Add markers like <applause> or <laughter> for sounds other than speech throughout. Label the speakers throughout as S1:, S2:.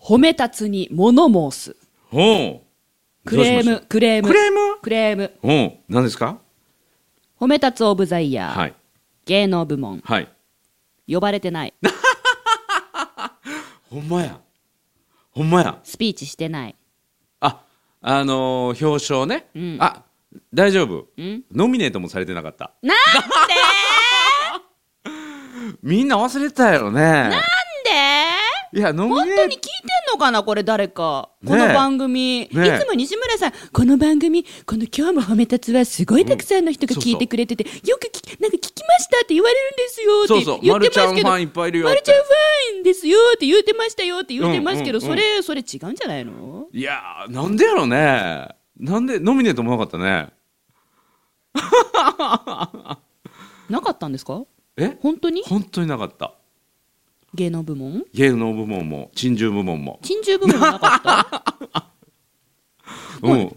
S1: 褒めたつに物申す。
S2: うん。
S1: クレー
S2: どうしまし
S1: ム、クレーム。
S2: クレーム
S1: クレーム。
S2: たうん。何ですか
S1: 褒めたつオブザイヤー。
S2: はい。
S1: 芸能部門。
S2: はい。
S1: 呼ばれてない。
S2: ほんまや。ほんまや。
S1: スピーチしてない。
S2: あ、あのー表彰ね。
S1: うん
S2: あ、大丈夫。
S1: ん
S2: ノミネートもされてなかった。
S1: なんで
S2: みんな忘れてたやろね。
S1: なんで
S2: いや、ノミ
S1: 本
S2: ネ
S1: 当
S2: ー
S1: に聞
S2: ト
S1: い。てんのかなこれ誰か。
S2: ねえ
S1: この番組。いつ
S2: ねえ
S1: も西村さん、この番組、この今日も褒めたつはすごいたくさんの人が
S2: うん
S1: 聞いてくれてて、よく聞き、なんか聞きましたって言われるんですよって
S2: そうそう
S1: 言ってますけど。
S2: まるちゃんファンいっぱいいるよって
S1: まるちゃんファンですよって言ってましたよって言ってますけど、
S2: うんうんう
S1: そ
S2: ん
S1: れ、それ違うんじゃないの
S2: いやー、なんでやろね。なんで、ノミネートもなかったね。
S1: なかったんですか
S2: え
S1: 本当に
S2: 本当になかった。
S1: 芸能部門
S2: 芸能部門も、珍獣部門も。
S1: 珍獣部門なかった
S2: う。
S1: もうん珍獣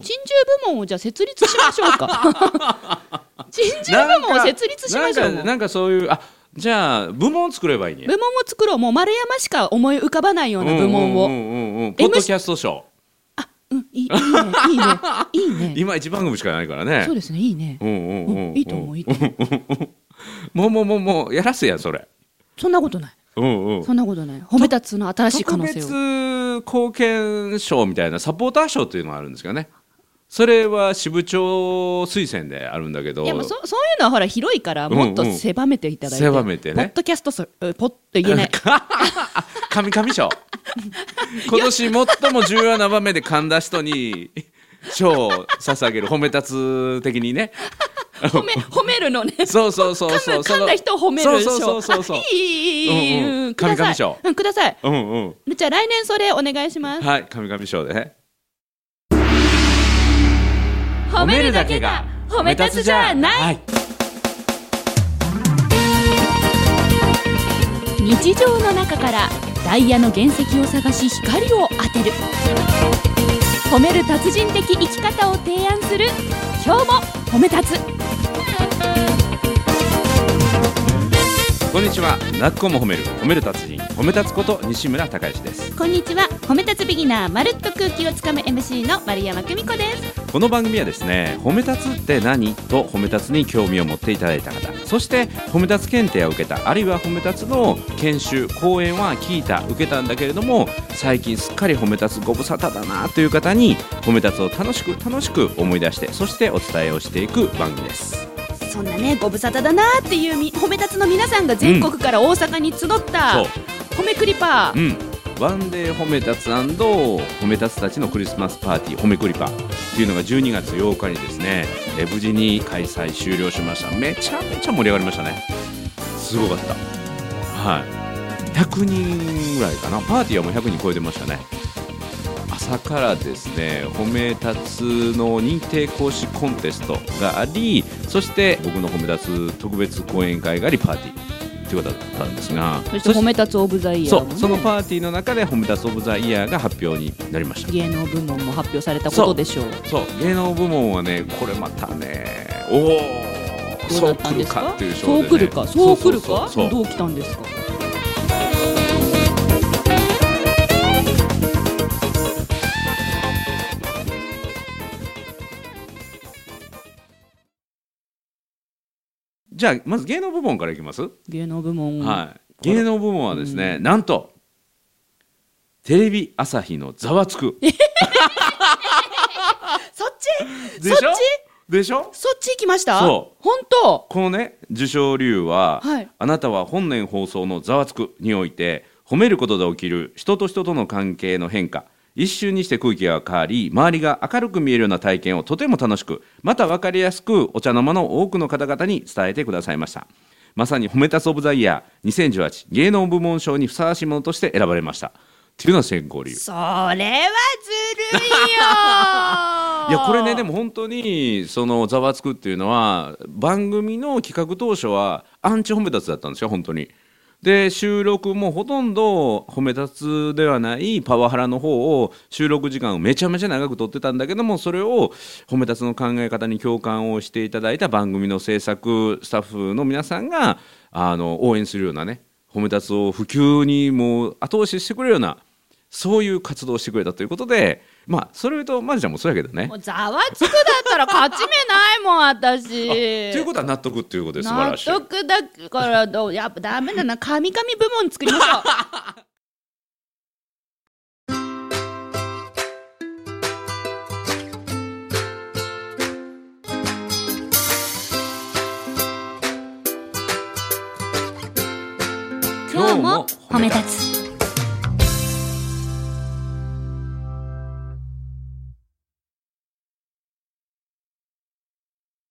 S1: 部門をじゃあ設立しましょうか
S2: <laughs>
S1: 珍獣部門を設立しましょう
S2: なん
S1: も
S2: か
S1: う
S2: なんかそういうあじゃあ部門を作ればいいね
S1: 部門を作ろうもう丸山しか思い浮かばないような部門を、
S2: うんうんうんうんうんポッドキャストショー
S1: あうんいいいいねいいねいいね
S2: <laughs> 今一番組しかないからね
S1: そうですねいいね
S2: う、んうん
S1: う
S2: うんん
S1: いいと思ういいと思う
S2: もうもうもうもうやらせやそれ
S1: そんなことない
S2: うんうん
S1: そんなことない褒めたつの新しい可
S2: 特
S1: 能
S2: 別
S1: 性を
S2: 貢献賞みたいなサポーター賞っていうのがあるんですかねそれは支部長推薦であるんだけど
S1: いやもうそそういうのはほら広いから
S2: うんうん
S1: もっと狭めていただいて、
S2: 狭めてね
S1: ポッドキャストそえポッと言えない
S2: <laughs> 神々賞今年最も重要な場面で噛んだ人に賞を捧げる褒め立つ的にね
S1: 褒め褒めるのね
S2: そうそうそう
S1: 噛
S2: そ
S1: む
S2: うそ
S1: 噛
S2: の
S1: んだ人を褒めるでしょ
S2: そうそうそうそうそう
S1: あいいいいいい、
S2: うんうん
S1: うんくだ
S2: 神
S1: さ
S2: 々
S1: い
S2: 賞
S1: うんください
S2: うんうん
S1: じゃあ来年それお願いします
S2: はい神々賞で
S1: 褒めるだけが褒め立つじゃない、
S2: はい
S1: 日常の中からダイヤの原石を探し光を当てる褒める達人的生き方を提案する今日も褒め立つ
S2: こんにちはなっこも褒める褒める達人褒め立つこと西村孝之です
S1: こんにちは褒め立つビギナーまるっと空気をつかむ MC の丸山久美子です
S2: この番組はですね褒め立つって何と褒め立つに興味を持っていただいた方そして褒め立つ検定を受けたあるいは褒め立つの研修講演は聞いた受けたんだけれども最近すっかり褒め立つご無沙汰だなという方に褒め立つを楽しく楽しく思い出してそしてお伝えをしていく番組です
S1: そんなねご無沙汰だなーっていうみ褒め立つの皆さんが全国から大阪に集った、
S2: そう
S1: 褒めクリパー
S2: うん、ワンデー褒め立つ褒め立つたちのクリスマスパーティー褒めクリパっていうのが12月8日にですねえー無事に開催終了しましためちゃめちゃ盛り上がりましたねすごかったはい100人ぐらいかなパーティーはもう100人超えてましたね朝からですね褒め立つの認定講師コンテストがありそして僕の褒め立つ特別講演会がありパーティーということだったんですが
S1: そして褒め立つオブザイヤー
S2: そ
S1: もね
S2: うそのパーティーの中でホームダス・オブ・ザ・イヤーが発表になりました
S1: 芸能部門も発表されたことでしょう
S2: そう芸能部門はねこれまたねおお
S1: どう
S2: そ
S1: な
S2: う
S1: っ
S2: く
S1: たんで
S2: る
S1: す
S2: か
S1: か
S2: っていう賞で、
S1: そう
S2: ね、
S1: 来るかそう来る
S2: そ
S1: か
S2: うそうそ
S1: ど
S2: う
S1: う来たんですか
S2: じゃあまず芸能部門からいきます、
S1: 芸能部門
S2: はい芸能部門はですね、なんとテレビ朝日の「ざわつく
S1: そっ」ち
S2: で
S1: そっ
S2: し
S1: ち
S2: ょでしょ
S1: そっち行きました
S2: そ
S1: 本当
S2: このね受賞理由は、
S1: はい
S2: あなたは本年放送の「ざわつく」において褒めることで起きる人と人との関係の変化一瞬にして空気が変わり周りが明るく見えるような体験をとても楽しくまた分かりやすくお茶の間の多くの方々に伝えてくださいましたまさに「褒めたつオブザイヤー2018芸能部門賞」にふさわしいものとして選ばれましたっていうのは選考理由
S1: それはずるいよ
S2: <laughs> いやこれねで
S1: も
S2: も本当にその「ざわつく」っていうのは番組の企画当初はアンチ褒め立つだったんですよ本当に。で収録もほとんど褒め立つではないパワハラの方を収録時間をめちゃめちゃ長く取ってたんだけどもそれを褒め立つの考え方に共感をしていただいた番組の制作スタッフの皆さんがあの応援するようなね褒め立つを普及にもう後押ししてくれるようなそういう活動をしてくれたということでまあそれを言うとまるちゃんもそうやけどね
S1: も。うざわつくだったら勝ち目ないもん私
S2: あということは納得っていうことで素晴
S1: 納
S2: らしい。
S1: 得だからどうやっぱダメだな神々部門作りましょう
S3: 今日も褒め立つ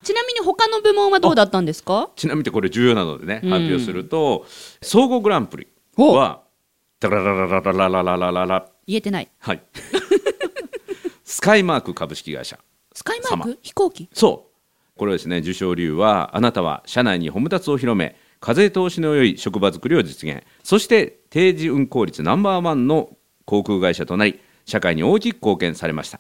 S1: ちなみに他の部門はどうだったんですか
S2: ちなみにこれ重要なのでね
S1: うん
S2: 発表すると、総合グランプリ
S1: お
S2: はダラララララララララララ
S1: 言えてない
S2: はい <laughs> スカイマーク株式会社
S1: スカイマー
S2: 様
S1: ク飛行機
S2: そうこれはですね受賞理由はあなたは社内にホムタツを広め風通しの良い職場づくりを実現そして定時運行率ナンバーワンの航空会社となり社会に大きく貢献されました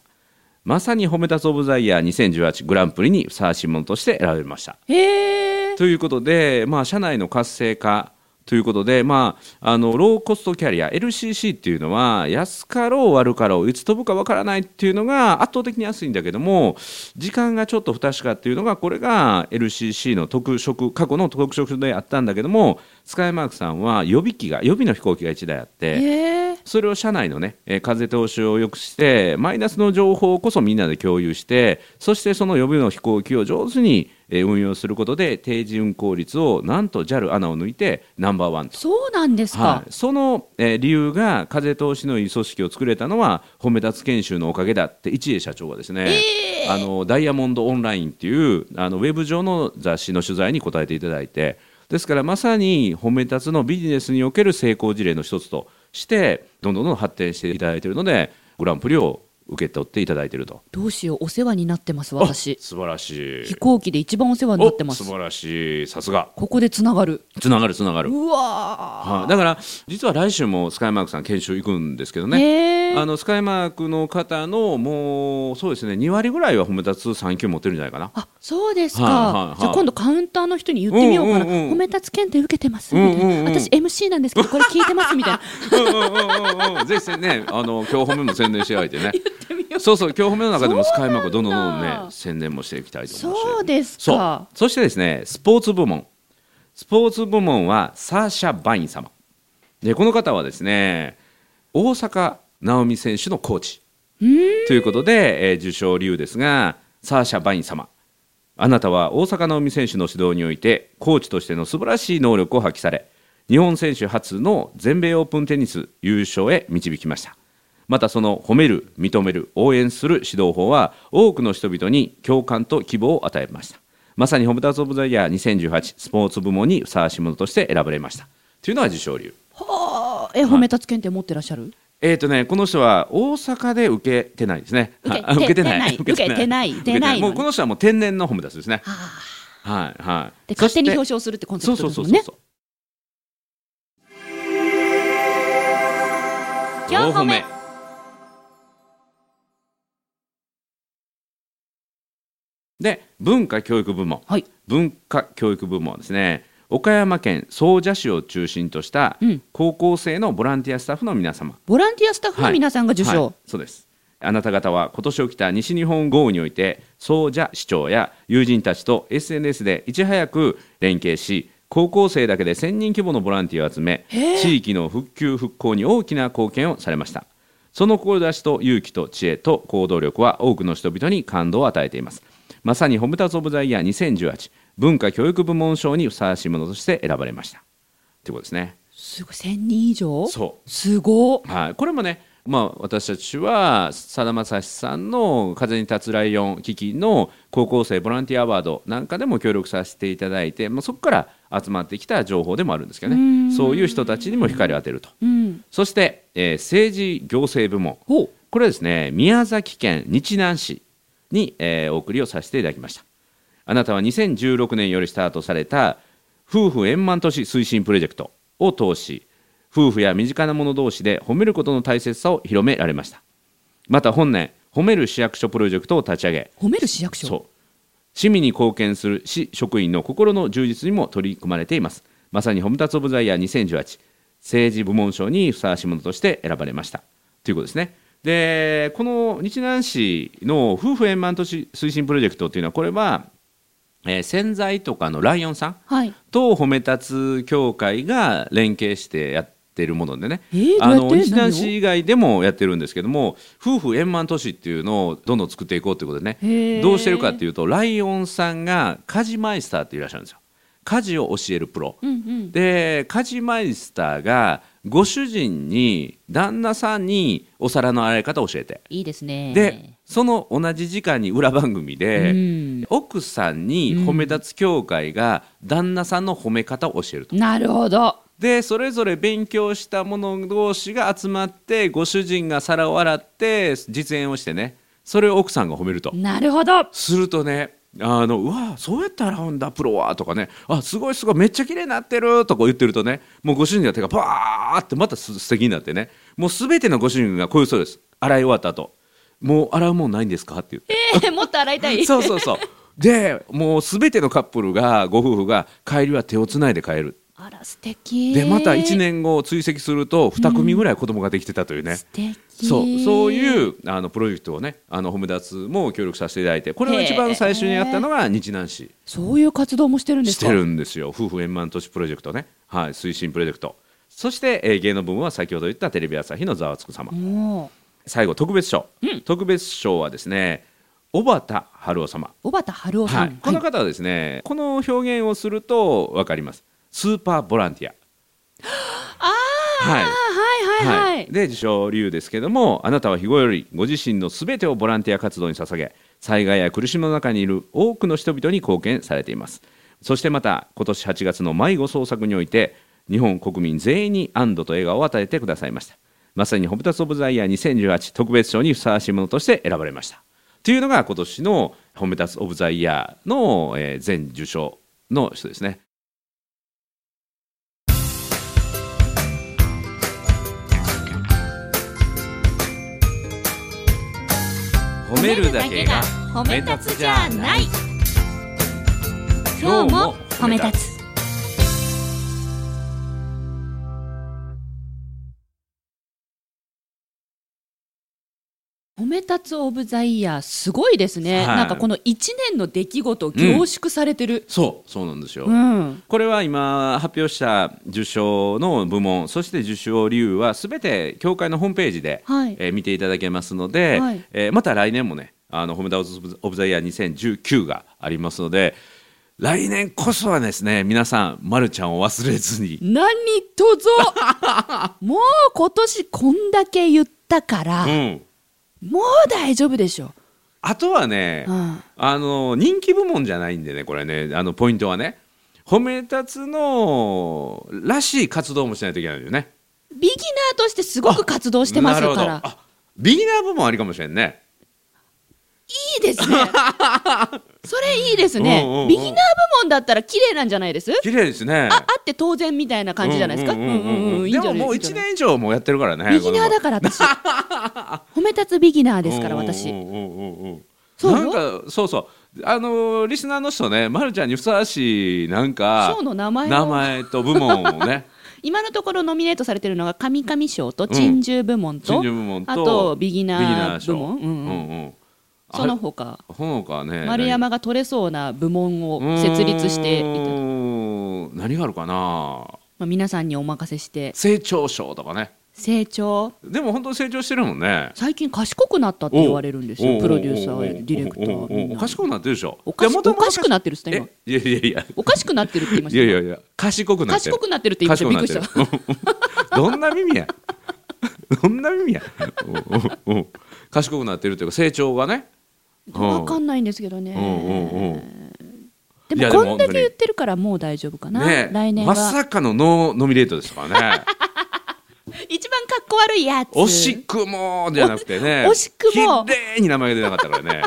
S2: まさにホムタツオブザイヤー2018グランプリにふさわしいものとして選ばれました
S1: へえ
S2: ということで、まあ、社内の活性化ということで、まあ、あのローコストキャリア LCC っていうのは安かろう悪かろういつ飛ぶかわからないっていうのが圧倒的に安いんだけども時間がちょっと不確かっていうのがこれが LCC の特色過去の特色であったんだけどもスカイマークさんは予備機が予備の飛行機が1台あって。
S1: へえ
S2: それを社内のね、えー風通しを良くして、マイナスの情報こそみんなで共有して、そしてその予備の飛行機を上手に、えー運用することで、定時運行率をなんと JAL 穴を抜いてナンバーワンと。
S1: そうなんですか
S2: は、い、その、えー理由が風通しのいい組織を作れたのは褒め立つ研修のおかげだって一栄社長はですね、あのダイヤモンドオンラインっていうあのウェブ上の雑誌の取材に答えていただいてですからまさに褒め立つのビジネスにおける成功事例の一つとしてどんどんどんどん発展していただいているのでグランプリを受け取っていただいていると
S1: どうしようお世話になってます私
S2: あ素晴らしい
S1: 飛行機で一番お世話になってま
S2: お
S1: す
S2: 素晴らしいさすが
S1: ここでつながる
S2: つながるつながる、
S1: うわ
S2: はい、だから実は来週もスカイマークさん研修行くんですけど
S1: ー、
S2: ね
S1: へえ
S2: あのスカイマークの方のもうそうですね2割ぐらいは褒め立つ産級持ってるんじゃないかな。
S1: あそうですか、
S2: はいはいはい
S1: じゃあ今度カウンターの人に言ってみようかな、
S2: うんうんうん
S1: 褒め立つ検定受けてます
S2: う
S1: みた
S2: ん
S1: い
S2: うん
S1: な、
S2: うん
S1: 私 MC なんですけどこれ聞いてますみたいな
S2: <laughs> うんうんうんうんうんぜひねあの今日褒めも宣伝してあげて
S1: <laughs>
S2: ね。そうそう今日褒めの中でもスカイマークどんどんどんどんね宣伝もしていきたいと思います。
S1: そうです
S2: そう
S1: か
S2: そしてですねスポーツ部門スポーツ部門はサーシャ・バイン様でこの方はですね大坂なおみ選手のコーチということで、えー受賞理由ですがサーシャ・バイン様あなたは大坂なおみ選手の指導においてコーチとしての素晴らしい能力を発揮され日本選手初の全米オープンテニス優勝へ導きましたまたその褒める認める応援する指導法は多くの人々に共感と希望を与えましたまさにホームターズ・オブ・ザ・イヤー2018スポーツ部門にふさわしいものとして選ばれましたというのが受賞理由
S1: あえ褒め立つ検定持ってらっしゃる
S2: えーとね、この人は大阪で受けてないですね。
S1: 受け
S2: あ
S1: て受け
S2: 受け
S1: てない
S2: 受け
S1: 出ないの
S2: もうこの人はもう天然のホムダスですね。
S1: あ
S2: はいはい。
S1: で勝手に
S2: そして
S1: 表彰するってコンセ
S2: そう
S1: プト
S2: そ
S1: で
S2: う
S1: す
S2: そう
S1: もんね
S2: そうそう。
S3: 4
S2: 四
S3: 本目。
S2: で文化教育部門、
S1: はい
S2: 文化教育部門はですね岡山県総社市を中心とした
S1: うん
S2: 高校生のボランティアスタッフの皆様、
S1: ボランティアスタッフの皆さんが受賞、
S2: はいそうですあなた方は今年起きた西日本豪雨において総社市長や友人たちと SNS でいち早く連携し高校生だけで1000人規模のボランティアを集め地域の復旧復興に大きな貢献をされましたその志と勇気と知恵と行動力は多くの人々に感動を与えていますまさにホムタツオブザイヤー2018文化教育部門賞にふさわしいものとして選ばれましたということですね
S1: すごい1000人以上
S2: そう
S1: すご
S2: はい、これもね、まあ、私たちはさだまさしさんの「風に立つライオン」基金の高校生ボランティアアワードなんかでも協力させていただいて、まあ、そこから集まってきた情報でもあるんですけどねそういう人たちにも光を当てると
S1: うん
S2: そして、えー政治行政部門
S1: ほ
S2: これはですね宮崎県日南市に、えーお送りをさせていただきましたあなたは2016年よりスタートされた夫婦円満都市推進プロジェクトを通し夫婦や身近な者同士で褒めることの大切さを広められましたまた本年褒める市役所プロジェクトを立ち上げ
S1: う褒める市役所
S2: そう市民に貢献する市職員の心の充実にも取り組まれていますまさにホムタツオブザイヤー2018政治部門賞にふさわしいものとして選ばれましたということですね。で、この日南市の夫婦円満都市推進プロジェクトっていうのは、これは、えー洗剤とかのライオンさん
S1: はい。
S2: と褒め立つ協会が連携してやってるものでね、
S1: えーどう
S2: あ
S1: やっ
S2: の
S1: て
S2: 日南
S1: 何を
S2: 市以外でもやってるんですけども夫婦円満都市っていうのをどんどん作っていこうということで
S1: へ
S2: ね
S1: ー
S2: どうしてるかっていうとライオンさんが家事マイスターっていらっしゃるんですよ家事を教えるプロ、
S1: うんうん。
S2: で家事マイスターがご主人に旦那さんにお皿の洗い方を教えて
S1: いいですね。
S2: でその同じ時間に裏番組で、
S1: うん
S2: 奥さんに褒め立つ協会が旦那さんの褒め方を教えると、
S1: なるほど。
S2: でそれぞれ勉強した者同士が集まってご主人が皿を洗って実演をしてねそれを奥さんが褒めると、
S1: なるほど。
S2: するとねあのうわそうやって洗うんだプロはとかねあすごいすごいめっちゃ綺麗になってるとか言ってるとねもうご主人の手がバーってまたす素敵になってねもう全てのご主人がこういうそうです洗い終わった後もう洗うもんないんですかっていう
S1: えー、もっと洗いたい。
S2: <laughs> そうそうそう。で、もうすべてのカップルが、ご夫婦が、帰りは手をつないで帰る。
S1: あら、素敵。
S2: で、また1。年後追跡すると、2組ぐらい子供ができてたというね。
S1: 素敵。
S2: そうそう
S1: う。
S2: いうあのプロジェクトをね、あのホムダツも協力させていただいて、これを一番最初にやったのが日南市
S1: そういう活動もしてるんです
S2: し
S1: か
S2: てるんですよ、夫婦円満都市プロジェクトね、はい、推進プロジェクト、そして、えー芸能部分は先ほど言ったテレビ朝日のざわつく様、
S1: も
S2: 最後、特別賞、特別賞はですね、小畑春夫様、
S1: う、小畑春夫さ
S2: は
S1: ん。
S2: い、この方はですね、この表現をすると分かりますスーパーボランティア
S1: は
S2: はい
S1: いはいはい。
S2: で受賞理由ですけどもあなたは日頃よりご自身のすべてをボランティア活動に捧げ災害や苦しみの中にいる多くの人々に貢献されていますそしてまた今年8月の迷子捜索において日本国民全員に安堵と笑顔を与えてくださいましたまさにホブタス・オブ・ザ・イヤー2018特別賞にふさわしいものとして選ばれましたというのが今年のホメタス・オブ・ザ・イヤーのえー全受賞の人ですね褒めるだけが
S3: 褒
S2: め立つじゃない
S3: 今日も褒め立つ
S1: 褒め立つオブザイヤーすごいですね、
S2: はい
S1: なんかこの一年の出来事凝縮されてる、
S2: そうそうなんですよ、
S1: うん
S2: これは今発表した受賞の部門そして受賞理由はすべて協会のホームページで、
S1: はい
S2: えー見ていただけますので、
S1: はい
S2: えーまた来年もねあのホメダオズ・オブ・ザ・イヤー2019がありますので来年こそはですね皆さん、ま、るちゃんを忘れずに
S1: 何とぞ <laughs> もう今年こんだけ言ったから、
S2: うん、
S1: もう大丈夫でしょ、
S2: あとはね、
S1: うん
S2: あの人気部門じゃないんでねこれねあのポイントはね褒め立つのらしい活動もしないといけないんだよね。
S1: ビギナーとしてすごく活動してます
S2: なるほ
S1: か
S2: ど
S1: ら
S2: あビギナー部門ありかもしれんね。
S1: いい
S2: <laughs>
S1: ですねそれいいですね
S2: うんうんうん
S1: ビギナー部門だったら綺麗なんじゃないです
S2: 綺麗ですね。
S1: ああって当然みたいな感じじゃないですか
S2: うんうんうんう
S1: うん
S2: ん
S1: うんうんいい
S2: で
S1: んじゃ
S2: も
S1: ない
S2: もう
S1: いいんじゃ
S2: 1
S1: ない
S2: 年以上もうやってるからね。
S1: ビギナーだから
S2: <laughs>
S1: 私褒め立つビギナーですから
S2: うんうんうん
S1: 私
S2: うんうんうん
S1: そう
S2: なんかそうそうあのーリスナーの人ね、ま、るちゃんにふさわしいなんか
S1: 賞の名前を
S2: 名前と部門をね
S1: 今のところノミネートされてるのが神々賞と珍獣部門と,、
S2: 新人部門と
S1: あとビギ
S2: ビギ
S1: ナ
S2: ナー
S1: ー部
S2: 賞
S1: 門
S2: う
S1: うんうん
S2: んうんあ
S1: その他
S2: ほのかはね
S1: 丸山が取れそうな部門を設立していた
S2: うーん何があるかな
S1: まあ、皆さんにお任せして
S2: 成長賞とかね
S1: 成長
S2: でも本当に成長してるもんね
S1: 最近賢くなったって言われるんです
S2: お
S1: よ
S2: う
S1: プロデューサ
S2: おうおうおうお
S1: ー
S2: う
S1: ディレクタ
S2: おうおう
S1: ーみん
S2: おう
S1: な
S2: おかしくなってるでしょ
S1: おかし
S2: いや元々
S1: おかしくなってるっすね今
S2: えいやいやいや
S1: おかしくなってるって言いま
S2: い
S1: したよ
S2: やいやいや賢くなってる
S1: 賢くなってるって言いましたよびっくりした
S2: 賢くなってる <laughs> どんな耳やどんな耳やおうおうおう賢くなってるというか成長がね
S1: 分かんないんですけどね、
S2: うんうんうん
S1: で
S2: いや
S1: も
S2: でも
S1: こんだけ言ってるからもう大丈夫かな、
S2: ね
S1: 来年
S2: ま
S1: は、
S2: さかのノーノミネートですから
S1: <laughs>
S2: ね
S1: 一番かっこ悪いやつ
S2: 惜しくもじゃなくてね
S1: <laughs> お惜しくも
S2: きれいに名前が出なかっ
S1: <laughs>
S2: たからね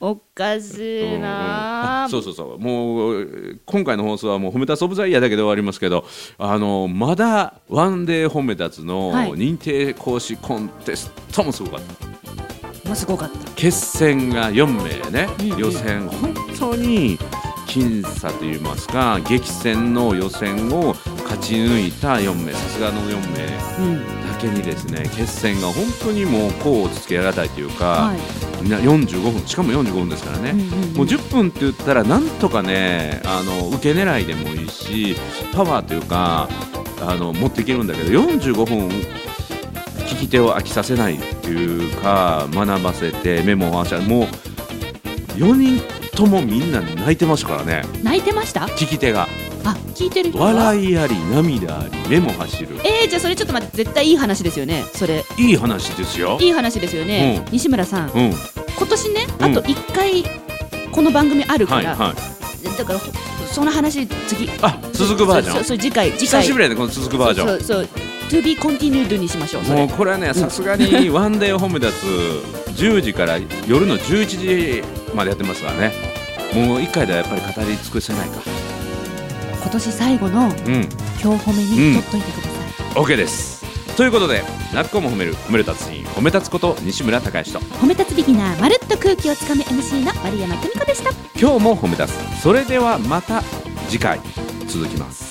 S1: おかしいなあ、
S2: そうそうそうもう今回の放送はもう褒めたつオブザイヤーだけで終わりますけどあのまだワンデー褒めたつの
S1: はい
S2: 認定講師コンテストもすごかった、
S1: もうすごかった
S2: 決戦が4名ね、
S1: うんうん
S2: 予選本当に僅差といいますか激戦の予選を勝ち抜いた4名さすがの4名
S1: うん
S2: だけにですね決戦が本当にもう甲をつけがたいというか、
S1: はい
S2: な45分しかも45分ですからね、
S1: うんうんうん
S2: もう10分って言ったらなんとかねあの受け狙いでもいいしパワーというかあの持っていけるんだけど45分聞き手を飽きさせないっていうか学ばせてメモを合わせたもう4人ともみんな泣いてましたからね
S1: 泣いてました
S2: 聞き手が
S1: あ聞いてる人は
S2: 笑いあり涙あり目も走る
S1: えー、じゃあそれちょっと待って絶対いい話ですよねそれ
S2: いい話ですよ。
S1: いい話ですよね、
S2: う
S1: 西村さん
S2: うん、
S1: 今年ね
S2: う
S1: あ
S2: ん
S1: と1回この番組あるか
S2: はい
S1: ら、
S2: はい。
S1: だからほその話次
S2: あ、続くバージ
S1: そう
S2: ョ
S1: そう
S2: ン。
S1: そう次回次
S2: 久
S1: 回
S2: しぶりだね、この続くバージョン。
S1: そうそうそう To be continued にしましょうそ
S2: も
S1: れ
S2: うこれはね、さすがにワンデーホームダツ10時から夜の11時までやってますからね。もう一回ではやっぱり語り尽くせないか。
S1: 今年最後の
S2: うん、
S1: 今日褒めに取っといてください、
S2: OK です。ということで、なっこも褒める褒める達人褒め立つこと西村孝之と
S1: 褒め立つビギナーまるっと空気をつかむ MC の丸山久美子でした
S2: 今日も褒め立つ。それではまた次回続きます。